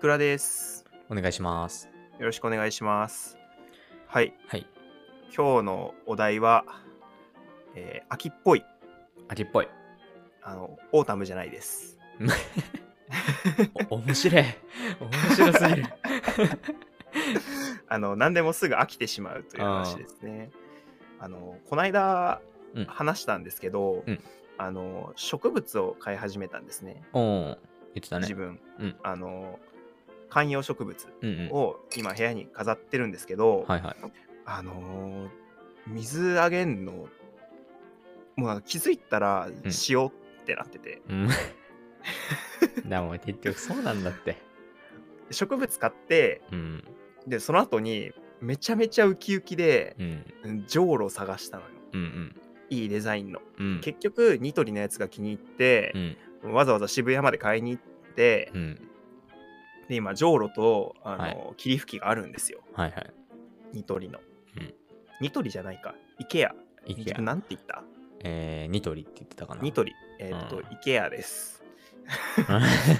くらです。お願いします。よろしくお願いします。はい、はい。今日のお題は、えー秋っぽい、秋っ ぽい。あの、オータムじゃないです。お面白い。面白すぎる。あの、何でもすぐ飽きてしまうという話ですね。あの、こないだうん話したんですけど、うんあの、植物を飼い始めたんですね。 おお。言ってたね自。分、うんあの、観葉植物うんうん。を今部屋に飾ってるんですけど、はいはい。あのー水あげんのもうなんか気づいたら塩ってなってて、うん。 でも結局そうなんだって。植物買ってうん。でその後にめちゃめちゃウキウキでうん。うんじょうろ探したのようんいいデザインの、うん。うん。結局ニトリのやつが気に入ってう、ん。わざわざ渋谷まで買いに行ってうん。で今じょうろとあの、はい霧吹きがあるんですよはいはい。ニトリの、うんニトリじゃないかイケアイケ結ア局。なんて言ったえー、ニトリって言ってたかな。ニトリえっ、と、うんイケアです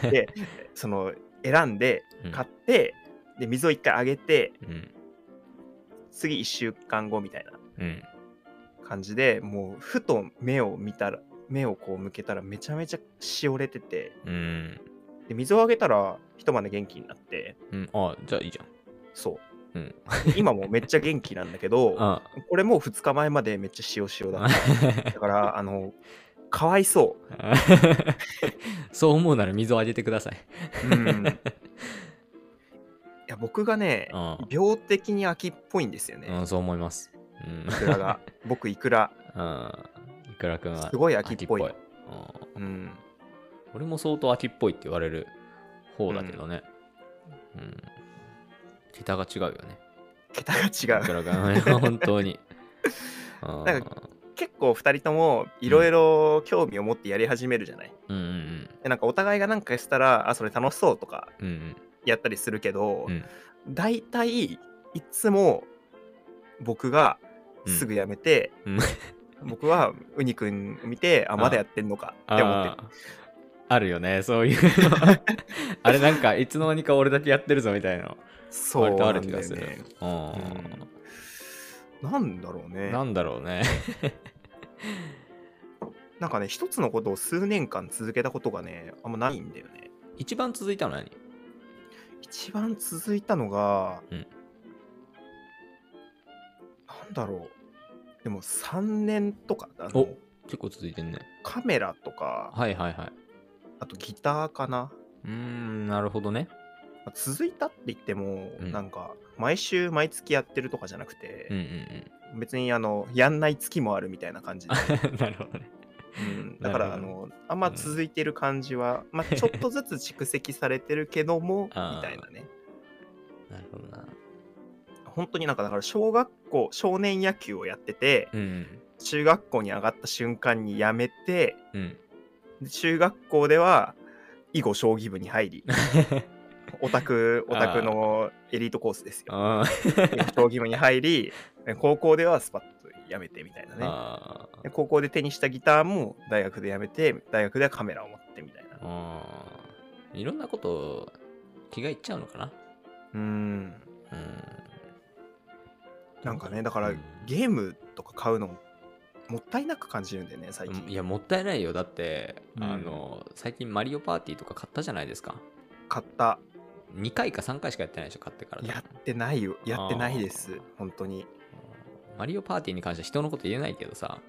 リでその選んで買って、で水を一回あげてうん。次1週間後みたいなうん。感じでもうふと目を見たら目をこう向けたらめちゃめちゃしおれててうん。で水をあげたら一晩で元気になってうん。あ、じゃあいいじゃん。そううん。今もうめっちゃ元気なんだけど あこれもう2日前までめっちゃしおしおだあった だからあのかわいそそう思うなら水をあげてください。う、 うん、いや僕がねうん病的に秋っぽいんですよね、うん、そう思います。うんい。くらが僕いくらうん。いくらくんは。すごい秋っぽい秋うんうん俺も相当秋っぽいって言われる方だけどね。うん。桁が違うよね。桁が違ういくらく んは本当に。うんなんか結構2人ともいろいろ興味を持ってやり始めるじゃない、うんうんでなんかお互いが何かしたらあそれ楽しそうとかうん。うんやったりするけど、うん大体いつも僕がすぐやめて、うん僕はウニくん見てあまだやってんのかあって思ってるーあるよね、そういう の。あれなんか、いつの間にか俺だけやってるぞみたいなの。そう割とあなるん気だがよすねる。うん。うんなんだろうねなんだろうね。なんかね一つのことを数年間続けたことがねあんまないんだよね一番続いたのは何一番続いたのが、うんなんだろうでも3年とかあのお結構続いてんね。カメラとかはいはいはい。あとギターかなうーん、なるほどね。まあ続いたって言っても、うんなんか毎週毎月やってるとかじゃなくてうん、うん別にあのやんない月もあるみたいな感じ で、うん。なるほどね。 うんだからあなるほのあんま続いてる感じは、まあ、ちょっとずつ蓄積されてるけどもみ あーたいなねなるほどな。本当になんかだから小学校少年野球をやってて、うん。中学校に上がった瞬間に辞めてうん。で中学校では囲碁将棋部に 入りオタクオタクのエリートコース ですよあ囲碁将棋部に入り高校ではスパッと辞めてみたいなねあで高校で手にしたギターも大学で辞めて大学ではカメラを持ってみたいなあー。いろんなこと気がいっちゃうのかな。うんうん。なんかねだからうんゲームとか買うのももったいなく感じるんだよね最近いや、もったいないよ。だって、うんあの、最近マリオパーティーとか買ったじゃないですか。買った2回か3回しかやってないでしょ、買ってから。やってないよやってないです本当にマリオパーティーに関しては人のこと言えないけどさ。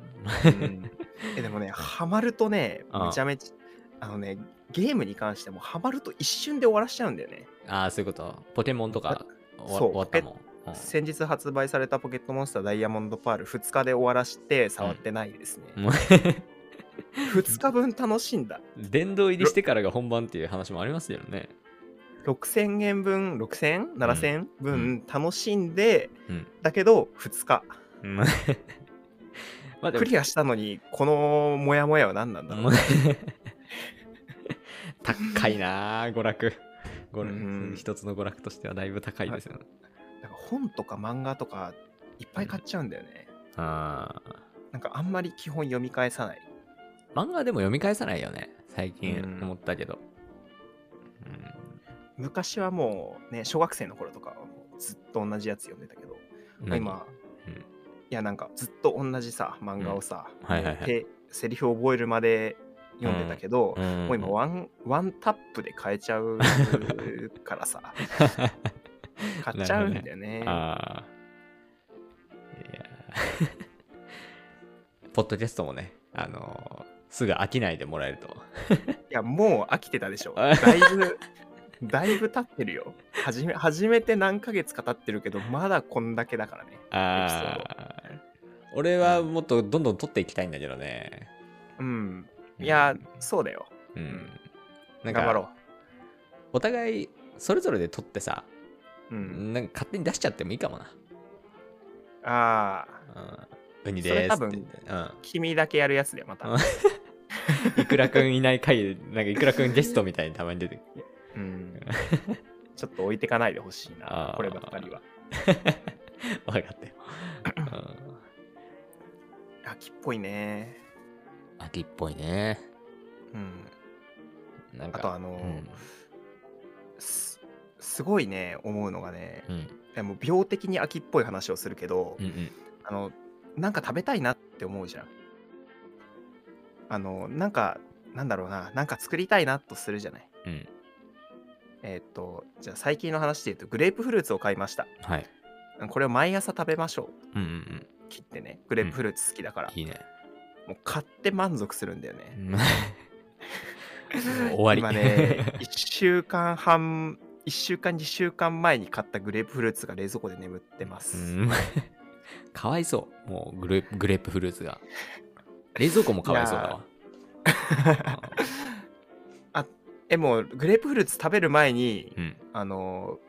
うんえでもね、ハマるとね、ああめちゃめちゃ、あのね、ゲームに関してもハマると一瞬で終わらしちゃうんだよね。ああ、そういうこと。ポケモンとか終わそう終わったもん。うん先日発売されたポケットモンスターダイヤモンドパール、2日で終わらして触ってないですね。もう 2日分楽しんだ。殿堂入りしてからが本番っていう話もありますよね。 6000円分、6000、7000う分楽しんで、うんだけど2日。 まあでもクリアしたのに、このモヤモヤは何なんだろう。 高いなあ娯楽娯楽、うん一つの娯楽としてはだいぶ高いですよね。なんか本とか漫画とかいっぱい買っちゃうんだよね。あーなんかあんまり基本読み返さない。漫画でも読み返さないよね最近うん思ったけど、昔はもうね小学生の頃とかはもうずっと同じやつ読んでたけど何今、うんいやなんかずっと同じさ漫画をさ、うんはいはいはいでセリフを覚えるまで読んでたけど、んもう今ワンワンタップで変えちゃうか らさ買っちゃうんだよねああ。いやー ポッドキャストもね、あのーすぐ飽きないでもらえると。いやもう飽きてたで しょあだいぶだいぶ経ってるよ始め始めて何ヶ月か経ってるけどまだこんだけだからねああ。俺はもっとどんどん撮っていきたいんだけどね。うんうんいや、そうだようん。なんか頑張ろお互いそれぞれで撮ってさ、う、うん、なんか勝手に出しちゃってもいいかもな。ああうん、ウニでそーれ多すっ分て言って。うん君だけやるやつだよまたあいくらくんいない回で、なんかいくらくんゲストみたいにたまに出てくる。 うんちょっと置いてかないでほしいあなーこればっかりはわかったよ。秋っぽいねうん秋っぽいね。うんなんかあとあのーうんすすごいね思うのがねうんいやもう病的に秋っぽい話をするけど、うんうんあのなんか食べたいなって思うじゃんあのなんかなんだろうななんか作りたいなとするじゃないうんえーっとじゃあ最近の話で言うとグレープフルーツを買いましたはいこれを毎朝食べましょううんうんうん切ってねグレープフルーツ好きだから、いいねもう買って満足するんだよね、もう終わ今り ね1週間半1週間2週間前に買ったグレープフルーツが冷蔵庫で眠ってます、うん かわいそうもうグレープグレープフルーツが冷蔵庫もかわいそうだわえもうグレープフルーツ食べる前にうんあの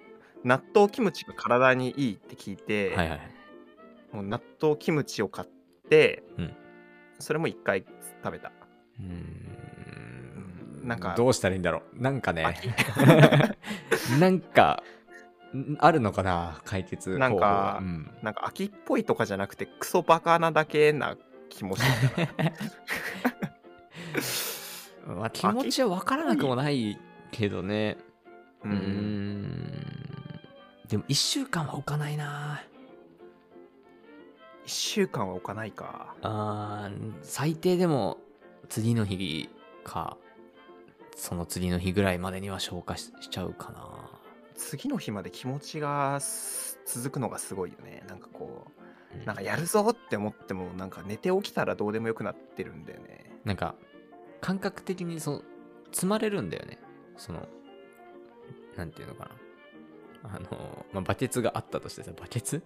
納豆キムチが体にいいって聞いて、はいはいもう納豆キムチを買って、うんそれも1回 食べたうーんなんかどうしたらいいんだろうなんかね秋 なんかんあるのかな解決方法なんか うんなんか秋っぽいとかじゃなくてクソバカなだけな気もし てきたなまあ、気持ちは分からなくもないけどねううーんんでも1週間は置かないな1週間は置かないかあー最低でも次の日かその次の日ぐらいまでには消化ししちゃうかな次の日まで気持ちがす続くのがすごいよねなんかこううなんかやるぞって思ってもなんか寝て起きたらどうでもよくなってるんだよねなんか感覚的にその積まれるんだよねそのなんていうのかなあの、まあ、バケツがあったとしてさバケツ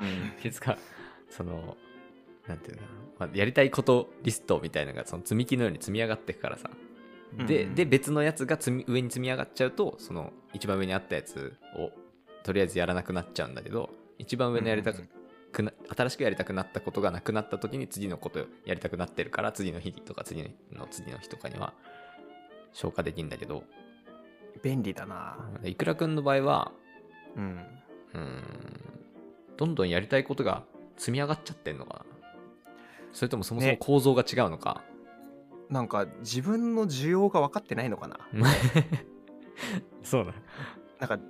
うんいつかそのなんていうのかな、まあ、やりたいことリストみたいなのがその積み木のように積み上がっていくからさで,、うんうんで別のやつが積み上に積み上がっちゃうとその一番上にあったやつをとりあえずやらなくなっちゃうんだけど一番上のやりたうんくな新しくやりたくなったことがなくなった時に次のことやりたくなってるから次の日とか次の次の日とかには消化できんだけど便利だなでいくらくんの場合はうんうーんどんどんやりたいことが積み上がっちゃってんのかなそれともそもそもね構造が違うのか、なんか自分の需要が分かってないのかな そうだ、なんか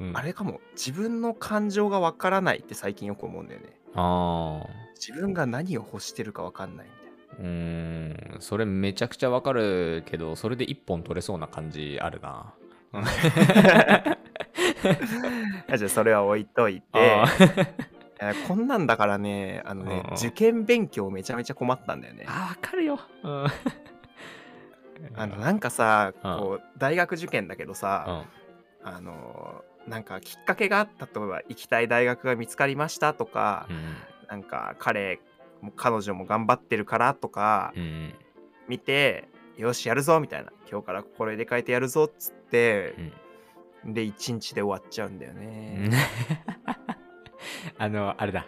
うんあれかも自分の感情がわからないって最近よく思うんだよねあ自分が何を欲してるかわかんないみたーいなうーんそれめちゃくちゃわかるけどそれで一本取れそうな感じあるなあじゃあそれは置いといてあーえーこんなんだからねあのねうん受験勉強めちゃめちゃ困ったんだよねあーわかるよ、うん、あのなんかさうんこう大学受験だけどうさんあのーなんかきっかけがあった例えば行きたい大学が見つかりましたとかうんなんか彼も彼女も頑張ってるからとかうん見てよしやるぞみたいな今日からこれで変えてやるぞっつってうんで1日で終わっちゃうんだようねんあのあれだ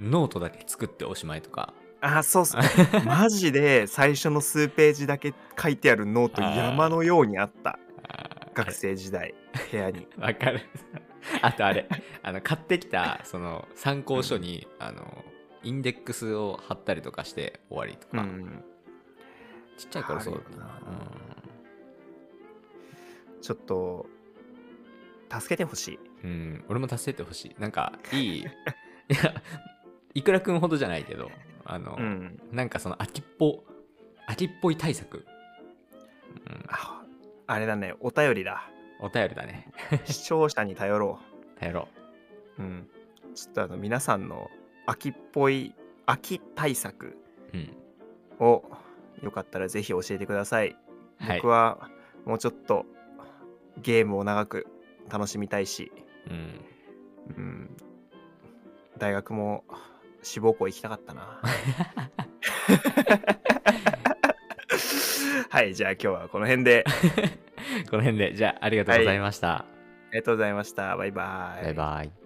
ノートだけ作っておしまいとかあそう っすねマジで最初の数ページだけ書いてあるノートあー山のようにあったあー学生時代部屋 にわかる。あとあれ、あの買ってきたその参考書に、あのインデックスを貼ったりとかして終わりとうか、んちっちゃい頃そうだったなあるよな。うんちょっと、助けてほしい。うん、俺も助けてほしい。なんか、いい、いや、いくらくんほどじゃないけど、あの、うん。なんかその秋っぽ、秋っぽい対策。うん、ああれだね、お便り だ。お便りだね。視聴者に頼ろ頼ろう。うん。ちょっとあの、皆さんの秋っぽい、秋対策う。うん。を、よかったらぜひ教えてください。はい僕。は、もうちょっと、ゲームを長く楽しみたいし、うん。うん。大学も、志望校行きたかった な。はい、じゃあ今日はこの辺で。この辺で、じゃあありがとうございました。ありがとうございました。バイバイ。バイバイ。